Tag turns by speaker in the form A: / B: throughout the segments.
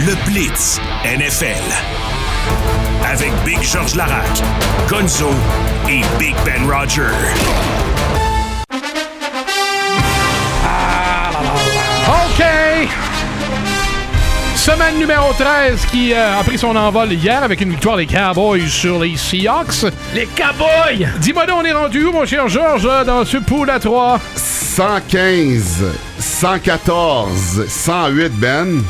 A: Le Blitz NFL. Avec Big George Larac, Gonzo et Big Ben Roger.
B: OK! Semaine numéro 13 qui euh, a pris son envol hier avec une victoire des Cowboys sur les Seahawks.
C: Les Cowboys!
B: Dis-moi donc, on est rendu où, mon cher Georges, euh, dans ce pool à 3?
D: 115, 114, 108, Ben.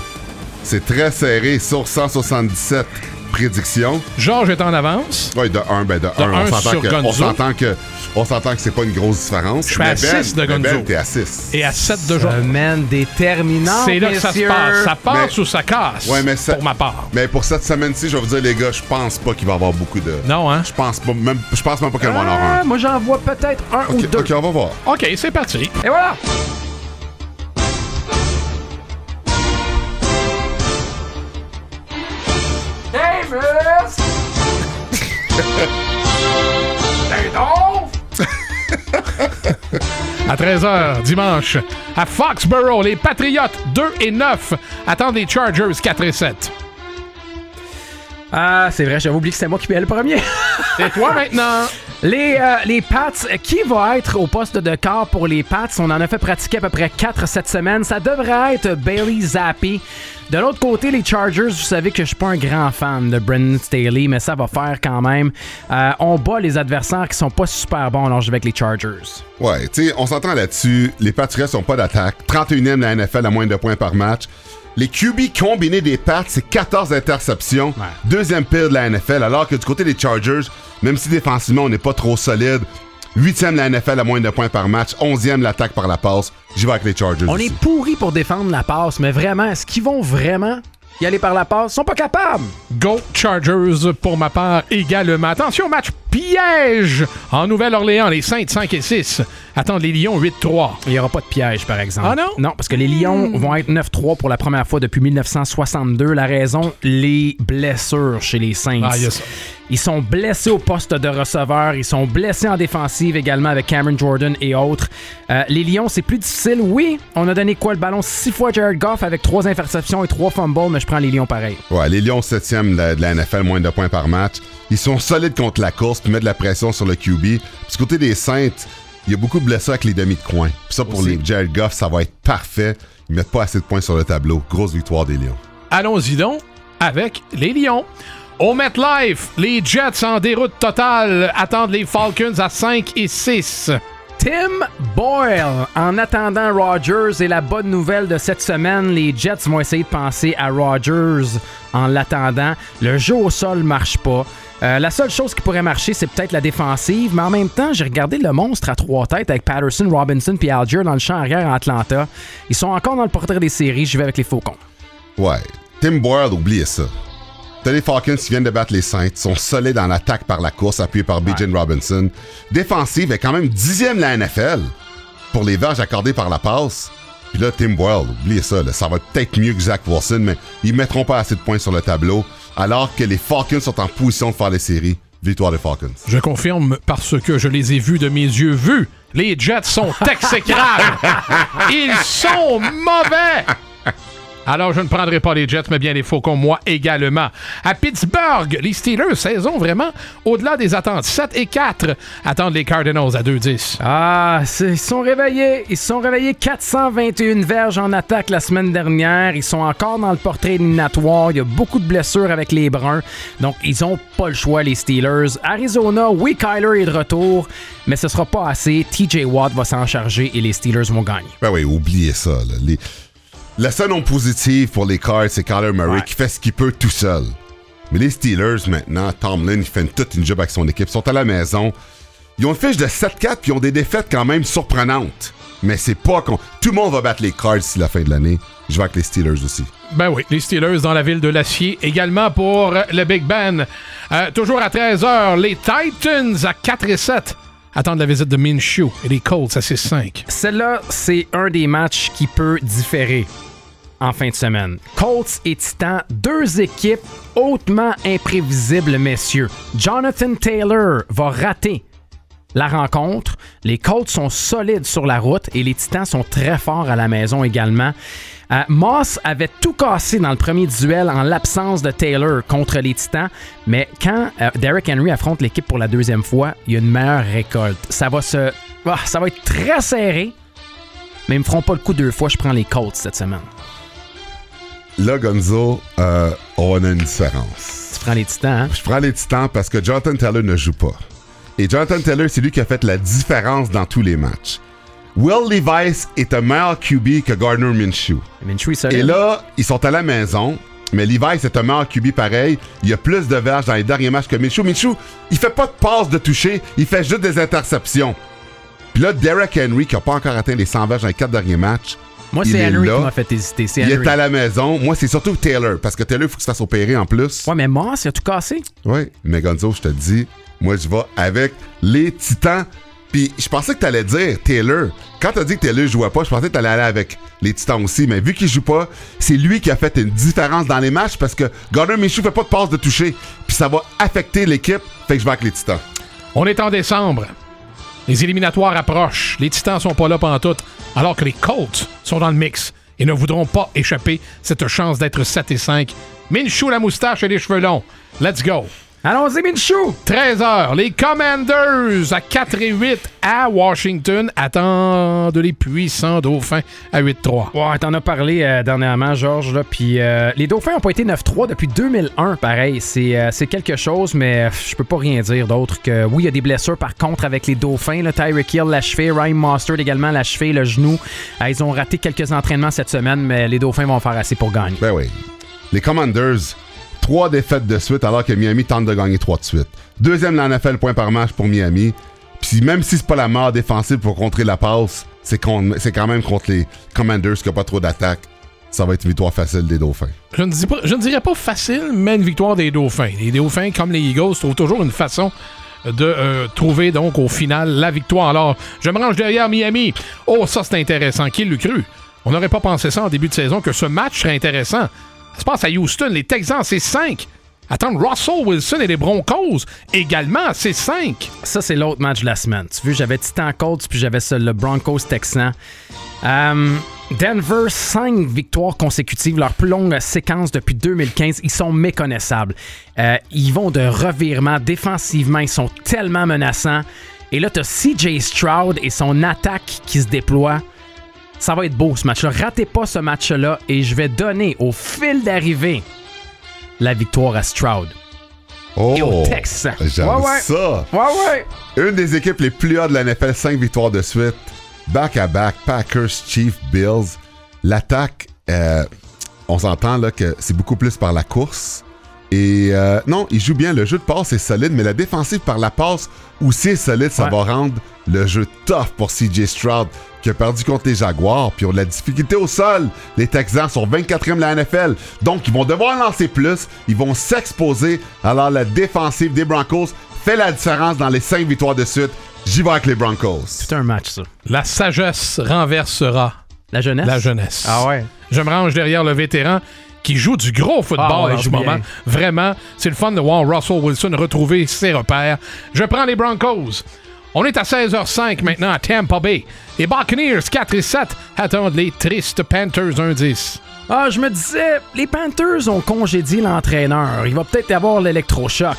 D: C'est très serré sur 177 prédictions.
B: Georges est en avance.
D: Oui, de 1, ben de 1.
B: un
D: on s'entend
B: sur
D: que, on
B: Gonzo.
D: s'entend que on s'entend que c'est pas une grosse différence.
B: Je suis à
D: Mais ben,
B: six de
D: mais
B: Gonzo.
D: Ben, t'es à 6.
B: Et à 7 de Georges.
C: Semaine déterminante,
B: C'est là que ça se
C: messieurs.
B: passe. Ça passe
D: Mais-
B: ou ça casse,
D: Ouais, mais ça-
B: pour ma part.
D: Mais pour cette semaine-ci, je vais vous dire, les gars, je pense pas qu'il va y avoir beaucoup de.
B: Non, hein?
D: Je pense pas, même, je pense même pas qu'il va y en avoir
C: Ah,
D: un.
C: moi, j'en vois peut-être un ou
D: Ok,
C: deux.
D: ok, on va voir.
B: OK, c'est parti.
C: Et voilà! Davis!
B: À 13h, dimanche, à Foxborough, les Patriots 2 et 9 attendent les Chargers 4 et 7.
C: Ah, c'est vrai, j'avais oublié que c'était moi qui payais le premier.
B: C'est toi maintenant.
C: Les, euh, les Pats, euh, qui va être au poste de quart pour les Pats? On en a fait pratiquer à peu près 4 cette semaine. Ça devrait être Bailey Zappi. De l'autre côté, les Chargers, vous savez que je suis pas un grand fan de Brendan Staley, mais ça va faire quand même. Euh, on bat les adversaires qui sont pas super bons, alors je vais avec les Chargers.
D: Ouais, tu sais, on s'entend là-dessus. Les Patriots sont pas d'attaque. 31e de la NFL à moins de points par match. Les QB combinés des Pats, c'est 14 interceptions. Deuxième pire de la NFL. Alors que du côté des Chargers, même si défensivement on n'est pas trop solide, 8e de la NFL à moins de points par match. 11e l'attaque par la passe. J'y vais avec les Chargers.
C: On
D: aussi.
C: est pourri pour défendre la passe, mais vraiment, est-ce qu'ils vont vraiment y aller par la passe? Ils sont pas capables!
B: Go Chargers pour ma part également. Attention, match piège en Nouvelle-Orléans. Les Saints 5 et 6 attendent les Lions 8-3.
C: Il n'y aura pas de piège, par exemple.
B: Ah non?
C: Non, parce que les Lions vont être 9-3 pour la première fois depuis 1962. La raison, les blessures chez les Saints.
B: Ah, il y a ça.
C: Ils sont blessés au poste de receveur. Ils sont blessés en défensive également avec Cameron Jordan et autres. Euh, les Lions, c'est plus difficile. Oui, on a donné quoi le ballon six fois à Jared Goff avec trois interceptions et trois fumbles, mais je prends les Lions pareil.
D: Ouais, les Lions 7e de la, de la NFL, moins de points par match. Ils sont solides contre la course puis mettent de la pression sur le QB. Puis du côté des Saints, il y a beaucoup de blessés avec les demi de coin. Puis ça, pour les Jared Goff, ça va être parfait. Ils mettent pas assez de points sur le tableau. Grosse victoire des Lions.
B: Allons-y donc avec les Lions. Au MetLife, les Jets en déroute totale attendent les Falcons à 5 et 6.
C: Tim Boyle. En attendant Rodgers et la bonne nouvelle de cette semaine, les Jets vont essayer de penser à Rodgers en l'attendant. Le jeu au sol marche pas. Euh, la seule chose qui pourrait marcher, c'est peut-être la défensive, mais en même temps, j'ai regardé le monstre à trois têtes avec Patterson, Robinson puis Algier dans le champ arrière à Atlanta. Ils sont encore dans le portrait des séries. Je vais avec les Faucons.
D: Ouais. Tim Boyle, oubliez ça. T'as les Falcons qui viennent de battre les Saints, sont solides en attaque par la course, appuyés par B.J. Robinson. Défensive est quand même dixième de la NFL pour les verges accordées par la passe. Puis là, Tim Boyle, oubliez ça, là, ça va être peut-être mieux que Zach Wilson, mais ils mettront pas assez de points sur le tableau, alors que les Falcons sont en position de faire les séries. Victoire des Falcons.
B: Je confirme parce que je les ai vus de mes yeux vus. Les Jets sont exécrables. Ils sont mauvais. Alors, je ne prendrai pas les Jets, mais bien les Faucons, moi également. À Pittsburgh, les Steelers, saison vraiment au-delà des attentes. 7 et 4 attendent les Cardinals à 2-10.
C: Ah, c'est- ils sont réveillés. Ils se sont réveillés 421 verges en attaque la semaine dernière. Ils sont encore dans le portrait éliminatoire. Il y a beaucoup de blessures avec les Bruns. Donc, ils ont pas le choix, les Steelers. Arizona, oui, Kyler est de retour, mais ce sera pas assez. TJ Watt va s'en charger et les Steelers vont gagner.
D: Ben oui, oubliez ça. là. Les- La seule non positive pour les Cards, c'est Kyler Murray qui fait ce qu'il peut tout seul. Mais les Steelers, maintenant, Tomlin, il fait une- toute une job avec son équipe. Ils sont à la maison. Ils ont une fiche de 7-4 puis ils ont des défaites quand même surprenantes. Mais c'est pas con. Tout le monde va battre les Cards d'ici la fin de l'année. Je vais avec les Steelers aussi.
B: Ben oui, les Steelers dans la ville de l'acier également pour euh, le Big Ben. Euh, toujours à 13h, les Titans à 4 et 7 attendent la visite de Minshew et les Colts à 6-5.
C: Celle-là, c'est un des matchs qui peut différer en fin de semaine. Colts et Titans, deux équipes hautement imprévisibles, messieurs. Jonathan Taylor va rater la rencontre. Les Colts sont solides sur la route et les Titans sont très forts à la maison également. Euh, Moss avait tout cassé dans le premier duel en l'absence de Taylor contre les Titans, mais quand euh, Derrick Henry affronte l'équipe pour la deuxième fois, il y a une meilleure récolte. Ça va se. Ah, ça va être très serré, mais ils me feront pas le coup deux fois. Je prends les Colts cette semaine.
D: Là, Gonzo, euh, on a une différence.
C: Tu prends les Titans, hein?
D: Je prends les Titans parce que Jonathan Taylor ne joue pas. Et Jonathan Taylor, c'est lui qui a fait la différence dans tous les matchs. Will Levice est un meilleur QB que Gardner Minshew.
C: Minshew, ça.
D: Et là, ils sont à la maison, mais Levice est un meilleur QB pareil. Il a plus de verges dans les derniers matchs que Minshew. Minshew, il fait pas de passes de toucher, il fait juste des interceptions. Puis là, Derek Henry, qui a pas encore atteint les 100 verges dans les 4 derniers matchs,
C: Moi,
D: il
C: c'est
D: est
C: Henry
D: là.
C: qui m'a fait hésiter. C'est
D: il
C: Henry.
D: est à la maison. Moi, c'est surtout Taylor, parce que Taylor, il faut que ça fasse opérer en plus.
C: Ouais, mais Moss, il a tout cassé.
D: Oui, mais Gonzo, je te dis, moi, je vais avec les Titans. Puis je pensais que t'allais dire Taylor. Quand t'as dit que Taylor jouait pas, je pensais que t'allais aller avec les Titans aussi. Mais vu qu'il joue pas, c'est lui qui a fait une différence dans les matchs parce que Gardner Minshew fait pas de passe de toucher. Puis ça va affecter l'équipe. Fait que je vais avec les Titans.
B: On est en décembre. Les éliminatoires approchent. Les Titans sont pas là pendant tout, alors que les Colts sont dans le mix et ne voudront pas échapper cette chance d'être 7 et 5. Minshew la moustache et les cheveux longs. Let's go.
C: Allons-y, Minshew!
B: 13h, les Commanders à 4 et 8 à Washington attendent les puissants dauphins à 8-3.
C: Ouais, t'en as parlé euh, dernièrement, Georges. là, Puis euh, les Dauphins ont pas été 9-3 depuis 2001, pareil. C'est euh, c'est quelque chose, mais euh, je peux pas rien dire d'autre que oui, il y a des blessures par contre avec les Dauphins. Là, Tyreek Hill, la cheville, Ryan Mustard également, la cheville, le genou. Euh, ils ont raté quelques entraînements cette semaine, mais les Dauphins vont faire assez pour gagner.
D: Ben oui. Les Commanders, trois défaites de suite alors que Miami tente de gagner trois de suite. Deuxième la NFL point par match pour Miami. Puis même si c'est pas la mort défensive pour contrer la passe, c'est con- c'est quand même contre les Commanders qui a pas trop d'attaque. Ça va être une victoire facile des Dauphins.
B: Je ne, dis pas- je ne dirais pas facile, mais une victoire des Dauphins. Les Dauphins, comme les Eagles, trouvent toujours une façon de euh, trouver donc au final la victoire. Alors, je me range derrière Miami. Oh, ça c'est intéressant. Qui l'eût cru? On n'aurait pas pensé ça en début de saison, que ce match serait intéressant. Ça se passe à Houston. Les Texans, c'est 5. Attendre Russell Wilson et les Broncos également, c'est 5.
C: Ça, c'est l'autre match de la semaine. Tu veux, j'avais Titan Colts, puis j'avais ça, le Broncos Texan. Euh, Denver, 5 victoires consécutives, leur plus longue séquence depuis 2015. Ils sont méconnaissables. Euh, ils vont de revirement. Défensivement, ils sont tellement menaçants. Et là, tu as CJ Stroud et son attaque qui se déploie. Ça va être beau ce match-là. Ratez pas ce match-là et je vais donner au fil d'arrivée la victoire à Stroud.
D: Oh!
C: Et aux Texans.
D: J'aime
C: Ouais, ouais.
D: ça!
C: Ouais, ouais!
D: Une des équipes les plus hautes de la NFL, 5 victoires de suite. Back-à-back, Packers, Chiefs, Bills. L'attaque, euh, on s'entend là que c'est beaucoup plus par la course. Et euh, non, ils jouent bien. Le jeu de passe est solide, mais la défensive par la passe aussi est solide. Ça
C: Ouais.
D: va rendre le jeu tough pour CJ Stroud qui a perdu contre les Jaguars. Puis ont de la difficulté au sol. Les Texans sont 24e de la NFL. Donc, ils vont devoir lancer plus. Ils vont s'exposer. Alors, la défensive des Broncos fait la différence dans les 5 victoires de suite. J'y vais avec les Broncos.
C: C'est un match, ça.
B: La sagesse renversera
C: La jeunesse?
B: la jeunesse.
C: Ah ouais?
B: Je me range derrière le vétéran qui joue du gros football
C: Ah ouais,
B: en
C: il
B: ce
C: joue
B: moment.
C: bien.
B: Vraiment, c'est le fun de voir Russell Wilson retrouver ses repères. Je prends les Broncos. On est à 16h05 maintenant à Tampa Bay. Les Buccaneers 4 et 7 attendent les tristes Panthers 1-10.
C: Ah, je me disais, les Panthers ont congédié l'entraîneur. Il va peut-être y avoir l'électrochoc.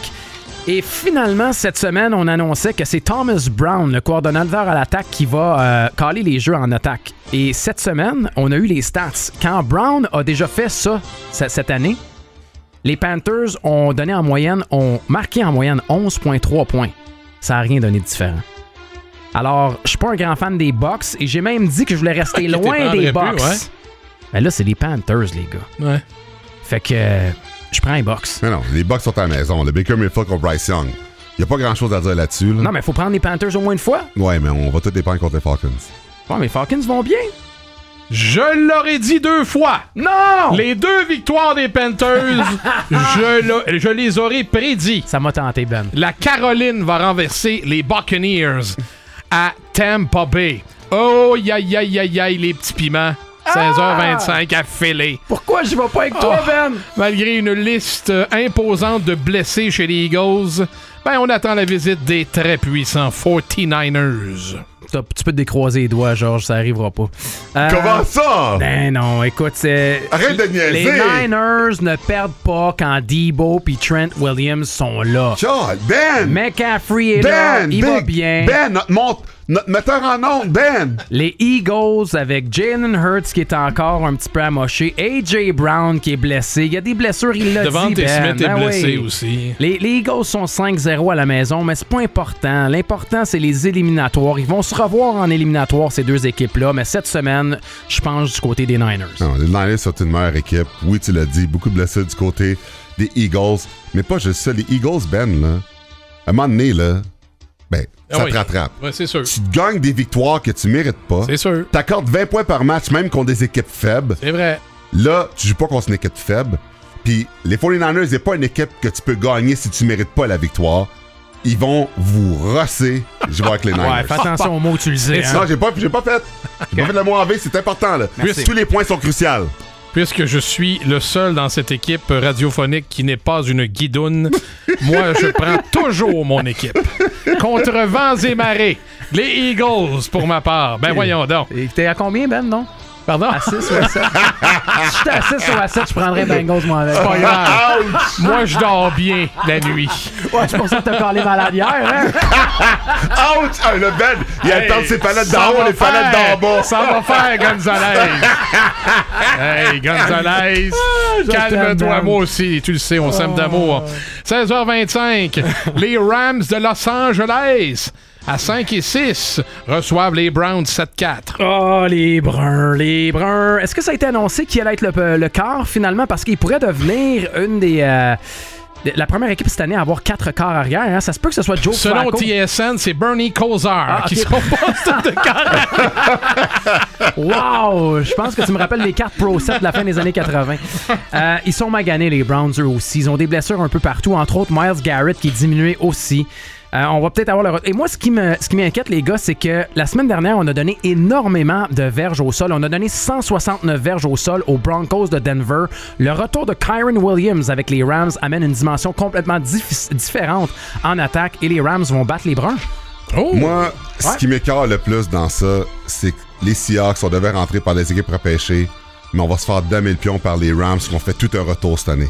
C: Et finalement, cette semaine, on annonçait que c'est Thomas Brown, le coordonnateur à l'attaque, qui va euh, caler les jeux en attaque. Et cette semaine, on a eu les stats. Quand Brown a déjà fait ça c- cette année, les Panthers ont donné en moyenne, ont marqué en moyenne 11,3 points. Ça n'a rien donné de différent. Alors, je suis pas un grand fan des Bucks et j'ai même dit que je voulais rester
B: Que t'y
C: loin
B: prendrais plus,
C: des Bucks.
B: ouais.
C: Mais là, c'est les Panthers, les gars.
B: Ouais.
C: Fait que euh, je prends un box.
D: Mais non, les Bucks sont à la maison. Le Baker Mayfield contre Bryce Young. Il n'y a pas grand-chose à dire là-dessus. là.
C: Non, mais faut prendre les Panthers au moins une fois.
D: Ouais, mais on va tout dépendre contre les Falcons.
C: Ouais, mais Falcons vont bien.
B: Je l'aurais dit deux fois.
C: Non!
B: Les deux victoires des Panthers, je, l'a- je les aurais prédits.
C: Ça m'a tenté, Ben.
B: La Caroline va renverser les Buccaneers à Tampa Bay. Oh, ya ya ya ya, les petits piments.
C: Ah!
B: 16h25 à filer.
C: Pourquoi je vais pas avec
B: toi, Ben? Malgré une liste euh, imposante de blessés chez les Eagles, ben on attend la visite des très puissants 49ers.
C: t'as- tu peux te décroiser les doigts, Georges, ça arrivera pas. Euh,
D: Comment ça?
C: Ben non, écoute, c'est.
D: Arrête de niaiser!
C: Les Niners ne perdent pas quand Debo puis Trent Williams sont là.
D: Charles, Ben!
C: McCaffrey est là,
D: ben!
C: il va
D: Big!
C: bien.
D: Ben, notre, mon- notre metteur en ondes, Ben!
C: Les Eagles avec Jalen Hurts qui est encore un petit peu amoché. AJ Brown qui est blessé. Il y a des blessures, il l'a dit.
B: Devant tes
C: ben.
B: Smith est
C: Ah
B: blessé
C: oui.
B: aussi.
C: Les, les Eagles sont 5-0 à la maison, mais c'est pas important. L'important, c'est les éliminatoires. Ils vont se revoir en éliminatoire, ces deux équipes-là, mais cette semaine, je pense du côté des Niners.
D: Non, les Niners sont une meilleure équipe. Oui, tu l'as dit, beaucoup de blessés du côté des Eagles. Mais pas juste ça, les Eagles, Ben, là, à un moment donné, là, ben,
B: Ah
D: ça
B: oui.
D: te rattrape.
B: Ouais, c'est sûr.
D: Tu gagnes des victoires que tu mérites pas.
B: C'est sûr.
D: T'accordes 20 points par match, même contre des équipes faibles.
B: C'est vrai.
D: Là, tu joues pas contre une équipe faible. Puis les 49ers, c'est pas une équipe que tu peux gagner si tu mérites pas la victoire. Ils vont vous rosser. Je vois avec les Niners.
C: Ouais, fais attention aux mots utilisés. hein.
D: Non, j'ai pas, j'ai pas fait. J'ai pas fait le mot en V, c'est important, là.
B: Merci.
D: Tous les points sont cruciaux.
B: Puisque je suis le seul dans cette équipe radiophonique qui n'est pas une guidoune, moi, je prends toujours mon équipe. Contre vents et marées, les Eagles, pour ma part. Ben voyons donc.
C: Et T'es à combien, Ben, non?
B: Pardon?
C: À 6 ou à 7? si j'étais à 6 ou à 7, je prendrais Bengals, moi, avec.
B: C'est pas grave. Moi, je dors bien la nuit.
C: Ouais, c'est pour ça que t'as collé malade hier, hein?
D: Ouch! Ah, le Ben, il attend ses palettes
B: Ça
D: d'en haut,
B: va
D: les palettes
B: faire.
D: d'en bas.
B: Ça va faire, Gonzalez. hey, Gonzalez. Calme-toi,
C: t'aime,
B: moi aussi. Tu le sais, on s'aime d'amour. 16h25, les Rams de Los Angeles. À 5 et 6, reçoivent les Browns 7-4.
C: Oh, les bruns, les bruns. Est-ce que ça a été annoncé qu'il allait être le, le quart finalement? Parce qu'il pourrait devenir une des. euh, de- la première équipe cette année à avoir quatre quarts arrière. hein. Ça se peut que ce soit Joe
B: Selon
C: Flacco.
B: TSN, c'est Bernie Kosar
C: Ah,
B: qui
C: ok.
B: sont poste de carrière.
C: Wow! Je pense que tu me rappelles les cartes Pro 7 de la fin des années 80. Euh, ils sont maganés, les Browns, eux aussi. Ils ont des blessures un peu partout, entre autres Miles Garrett qui est diminué aussi. Euh, on va peut-être avoir le... ret- Et moi, ce qui me- ce qui m'inquiète, les gars, c'est que la semaine dernière, on a donné énormément de verges au sol. On a donné 169 verges au sol aux Broncos de Denver. Le retour de Kyron Williams avec les Rams amène une dimension complètement diffi- différente en attaque et les Rams vont battre les Bruns.
B: Oh,
D: Moi,
C: Ouais.
D: ce qui m'écœure le plus dans ça, c'est que les Seahawks, on devait rentrer par les équipes repêchées, mais on va se faire damer le pion par les Rams qui ont fait tout un retour cette année.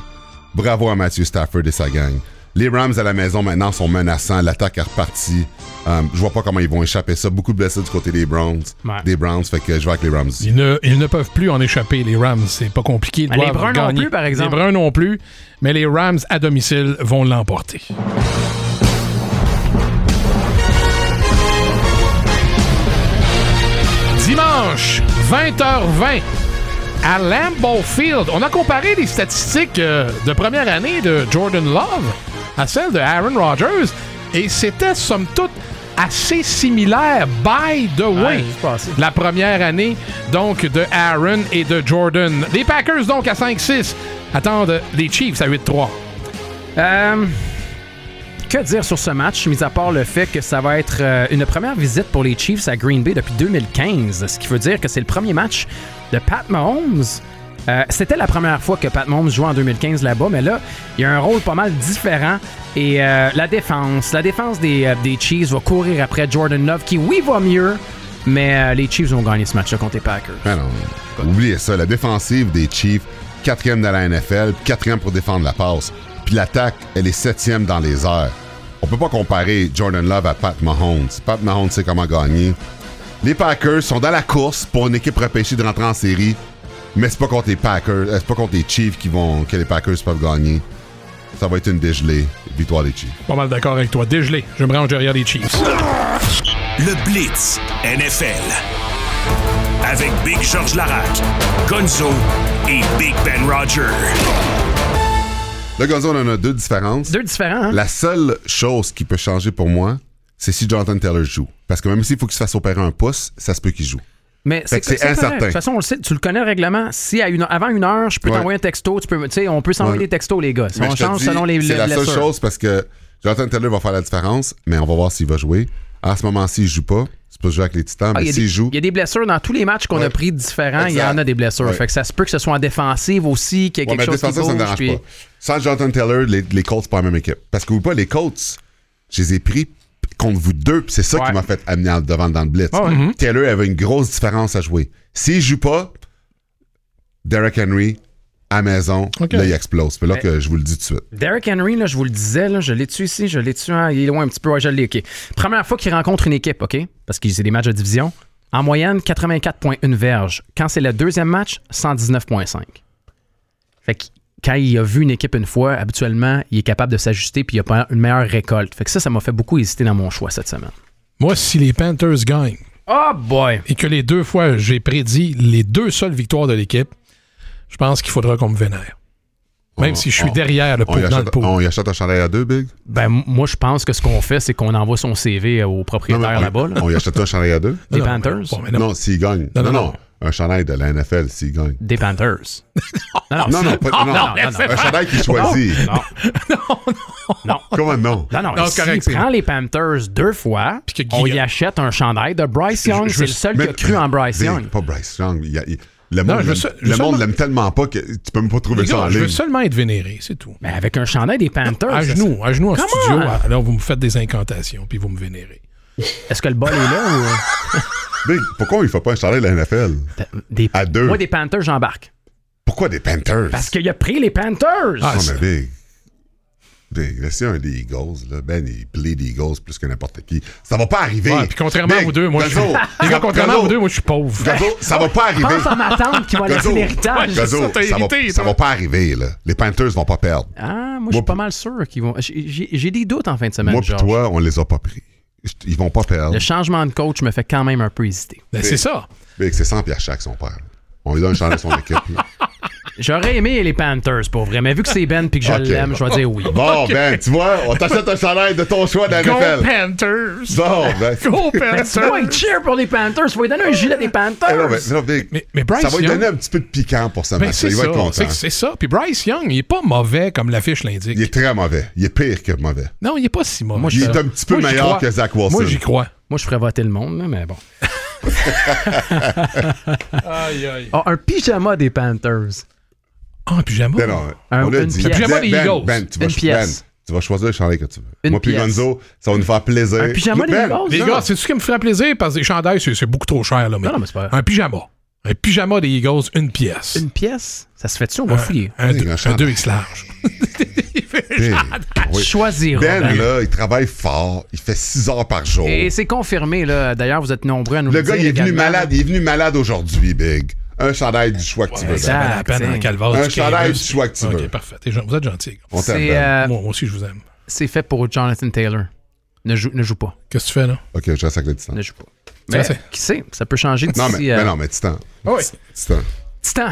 D: Bravo à Matthew Stafford et sa gang. Les Rams à la maison maintenant sont menaçants, l'attaque est repartie. Euh, je vois pas comment ils vont échapper ça. Beaucoup de blessés du côté des Browns.
C: Ouais.
D: Des Browns, fait que je vais avec les Rams. aussi.
B: Ils ne, ils ne peuvent plus en échapper, les Rams. C'est pas compliqué. Ils
C: Mais Ben, les
B: doivent
C: Bruns non
B: gagner.
C: plus, par exemple.
B: Les Bruns non plus, mais les Rams à domicile vont l'emporter. Dimanche, 20h20, à Lambeau Field. On a comparé les statistiques euh, de première année de Jordan Love à celles de Aaron Rodgers, et c'était, somme toute, assez similaire, by the way
C: je suis passé.
B: la première année donc de Aaron et de Jordan. Les Packers donc à 5-6 attendent les Chiefs à 8-3.
C: Euh, que dire sur ce match, mis à part le fait que ça va être euh, une première visite pour les Chiefs à Green Bay depuis 2015, ce qui veut dire que c'est le premier match de Pat Mahomes. Euh, C'était la première fois que Pat Mahomes jouait en 2015 là-bas, mais là, il y a un rôle pas mal différent. Et euh, la défense, la défense des, euh, des Chiefs va courir après Jordan Love, qui, oui, va mieux, mais euh, les Chiefs vont gagner ce match-là contre les Packers.
D: Ah non, oubliez ça. La défensive des Chiefs, quatrième dans la NFL, quatrième pour défendre la passe. Puis l'attaque, elle est septième dans les airs. On peut pas comparer Jordan Love à Pat Mahomes. Pat Mahomes sait comment gagner. Les Packers sont dans la course pour une équipe repêchée de rentrer en série, mais c'est pas contre les Packers, euh, c'est pas contre les Chiefs qui vont que les Packers peuvent gagner. Ça va être une dégelée, victoire des Chiefs.
B: Pas mal d'accord avec toi. Dégelé, je me range derrière les Chiefs.
A: Le Blitz NFL. Avec Big George Larac, Gonzo et Big Ben Roger.
D: Là, Gonzo, on en a deux différences.
C: Deux différents, hein?
D: La seule chose qui peut changer pour moi, c'est si Jonathan Taylor joue. Parce que même s'il faut qu'il se fasse opérer un pouce, ça se peut qu'il joue.
C: Mais
D: Fait que c'est
C: correct.
D: incertain.
C: De toute façon, on le sait, tu le connais le règlement. Si à une, avant une heure, je peux
D: Ouais.
C: t'envoyer un texto, tu peux, tu sais, on peut s'envoyer
D: Ouais.
C: des textos, les gars.
D: Mais
C: on
D: je te
C: change
D: dis,
C: selon les
D: C'est
C: les
D: la seule
C: blessures.
D: chose parce que Jonathan Taylor va faire la différence, mais on va voir s'il va jouer. À ce moment-ci, il joue pas. C'est pas jouer avec les Titans,
C: Ah, il y
D: mais
C: a
D: s'il
C: des-
D: joue.
C: Il y a des blessures dans tous les matchs qu'on a
D: Ouais.
C: pris différents. Il y
D: Exact.
C: en a des blessures.
D: Ouais.
C: Fait que ça se peut que ce soit en défensive aussi, qu'il y ait
D: Ouais, mais
C: quelque chose qui
D: défenseur,
C: bouge.
D: ça me dérange
C: puis-
D: pas. Sans Jonathan Taylor, les, les Colts, c'est pas la même équipe. Parce que ou pas, les Colts, je les ai pris p- contre vous deux, puis c'est ça
C: Ouais.
D: qui m'a fait amener en- devant dans le blitz. Mm-hmm.
C: Ah ouais. Mhm.
D: Taylor avait une grosse différence à jouer. S'il joue pas, Derrick Henry, à maison,
B: Ok.
D: là, il explose. C'est là que je vous le dis tout de suite.
C: Derrick Henry, là, je vous le disais, là, je l'ai tué ici, je l'ai tué, hein, il est loin un petit peu, ouais, je l'ai, OK. Première fois qu'il rencontre une équipe, OK, parce que c'est des matchs de division, en moyenne, 84,1 verges. Quand c'est le deuxième match, 119,5. Fait que quand il a vu une équipe une fois, habituellement, il est capable de s'ajuster puis il a une meilleure récolte. Fait que ça, ça m'a fait beaucoup hésiter dans mon choix cette semaine.
B: Moi, si les Panthers gagnent
C: Oh boy!
B: et que les deux fois j'ai prédit les deux seules victoires de l'équipe, je pense qu'il faudra qu'on me vénère. Même
D: On-
B: si je suis
D: on-
B: derrière le
D: On
B: pot,
D: y,
B: dans le
D: achète,
B: pot.
D: on y achète un chandail à deux, Big?
C: Ben, m- moi, je pense que ce qu'on fait, c'est qu'on envoie son CV au
D: Non, mais
C: propriétaire
D: on,
C: là-bas, là,
D: on y achète un chandail à deux?
C: des
B: Non, non,
C: Panthers.
B: mais non, mais non.
D: Non, s'il gagne.
B: Non,
D: Non
B: non,
D: non,
B: non.
D: Un chandail de la NFL s'il gagne.
C: Des Panthers. Non,
D: Non, non,
C: Ah, c'est-
D: pas- non,
C: non, non, non.
D: Un chandail qui choisit.
C: Non. non.
D: Comment non?
C: Non, non,
B: Non,
C: s'il
B: correct, c'est-
C: prend les Panthers deux fois,
B: Puis que
C: on y
B: Guillaume-
C: achète un chandail de Bryce Young.
B: je-
C: C'est le seul qui
D: Mais-
C: a cru en Bryce
D: Big,
C: Young.
D: Pas Bryce Young. Il y a- il- le monde
B: je veux
D: l'aime-
B: ça- je veux
D: le monde
B: seulement-
D: l'aime tellement pas que tu peux même pas trouver
B: Les
D: ça
B: gars,
D: en
B: je veux
D: ligne.
B: seulement être vénéré, c'est tout.
C: Mais avec un chandail des Panthers.
B: À
C: ça-
B: genoux, à genoux en
C: Come
B: studio.
C: on!
B: Alors, vous me faites des incantations, puis vous me vénérez.
C: Est-ce que le bol est là ou. euh,
D: Big, pourquoi il fait pas un chandail de la NFL?
C: Des-
D: À deux.
C: Moi, des Panthers, j'embarque.
D: Pourquoi des Panthers?
C: Parce qu'il a pris les Panthers.
B: Ah,
D: Non,
B: c'est-
D: mais Big. Big, laissez un des Eagles, là. Ben, il plaît des Eagles plus que n'importe qui. Ça va pas arriver.
B: Ouais, puis contrairement
D: Big,
B: aux deux, moi, je suis.
D: Gonzo,
B: Les gars,
D: Gonzo,
B: contrairement aux deux, moi, je suis pauvre.
D: Gonzo, ça va pas arriver.
C: Pense à ma tante qui va laisser
D: Gonzo,
C: l'héritage.
D: Gonzo,
B: C'est ça, t'as
D: ça va-
B: hérité,
D: ça
B: toi.
D: va pas arriver, là. Les Panthers vont pas perdre.
C: Ah, moi, je suis
D: Moi,
C: pas mal sûr qu'ils vont. j'ai- J'ai j'ai des doutes en fin de semaine.
D: Moi pis
C: Georges.
D: toi, on les a pas pris. J't- Ils vont pas perdre.
C: Le changement de coach me fait quand même un peu hésiter.
B: Ben, c'est ça.
D: Big, c'est 100 pièces chaque, son père. On lui donne un chandail à son équipe. là.
C: J'aurais aimé les Panthers, pour vrai, mais vu que c'est Ben puis que je
D: Ok.
C: l'aime, je vais dire oui.
D: Bon, ben, tu vois, on t'achète un chandail de ton choix dans la
B: Go
D: NFL.
B: Panthers!
D: Bon, ben.
B: Go
C: Moi, il
B: Panthers!
C: cheer pour les Panthers. Faut lui donner un gilet des
D: Eh non,
C: Panthers.
D: mais, non, Big,
B: Mais- mais Bryce
D: ça
C: hein?
D: va lui
B: Young-
D: donner un petit peu de piquant pour ce
B: Ben,
D: match.
B: c'est
D: Il va
B: ça.
D: être content.
B: C'est- C'est ça. Puis Bryce Young, il est pas mauvais comme l'affiche l'indique.
D: Il est très mauvais. Il est pire que mauvais.
B: Non, il est pas si mauvais.
C: Moi, je-
D: Il est un petit peu
B: Moi, j'y
D: meilleur
B: crois.
D: que Zach Wilson.
B: Moi, j'y crois.
C: Moi, je ferais voter le monde, là, mais bon.
B: Aïe, aïe.
C: Ah, un pyjama des Panthers.
B: Ah, en pyjama?
D: Ben non,
C: Un-
D: on l'a
C: une
D: dit.
C: pièce.
D: Ben,
B: Pyjama des
D: Ben,
B: Eagles.
D: Ben, tu vas,
C: Une
D: cho-
C: pièce.
D: Ben, tu vas choisir le chandail que tu veux.
C: Une
D: Moi puis
C: pièce.
D: Gonzo, ça va nous faire plaisir.
C: Un pyjama des
D: Ben,
C: Eagles?
B: Les
C: Non.
B: gars, c'est ce qui me ferait plaisir parce que les chandails, c'est c'est beaucoup trop cher. Là, mais
C: Non, non, mais c'est pas-
B: Un pyjama. Un pyjama des Eagles, une pièce.
C: Une pièce? Ça se fait-tu? On
D: Euh,
C: va fouiller.
B: Un
D: Oui, un chandail.
B: 2X large.
D: Ben, oui.
C: Choisir.
D: Ben, là, il travaille fort. Il fait 6 heures par jour.
C: Et c'est confirmé, là. D'ailleurs, vous êtes nombreux à nous
D: Le
C: le
D: gars,
C: dire
D: il est venu
C: également.
D: malade. Il est venu malade aujourd'hui, Big. Un chandail du choix que tu veux.
C: exact.
D: Ben.
B: Ça vaut la peine
C: tiens.
B: en calvaire.
D: Un
B: du
D: chandail
B: Camus.
D: du choix que tu
B: Ok,
D: veux.
B: parfait. T'es gen- Vous êtes gentil.
D: On t'aime,
C: C'est
D: Ben.
C: euh,
B: Moi aussi, je vous aime.
C: c'est fait pour Jonathan Taylor. Ne joue, ne joue pas.
B: Qu'est-ce que tu fais, là?
D: Ok, je reste avec le titan.
C: Ne joue pas. Mais
B: c'est-
C: qui sait? Ça peut changer d'ici.
D: Non, mais,
C: euh,
D: ben non, mais titan.
B: Ah oui.
D: Titan.
C: Titan,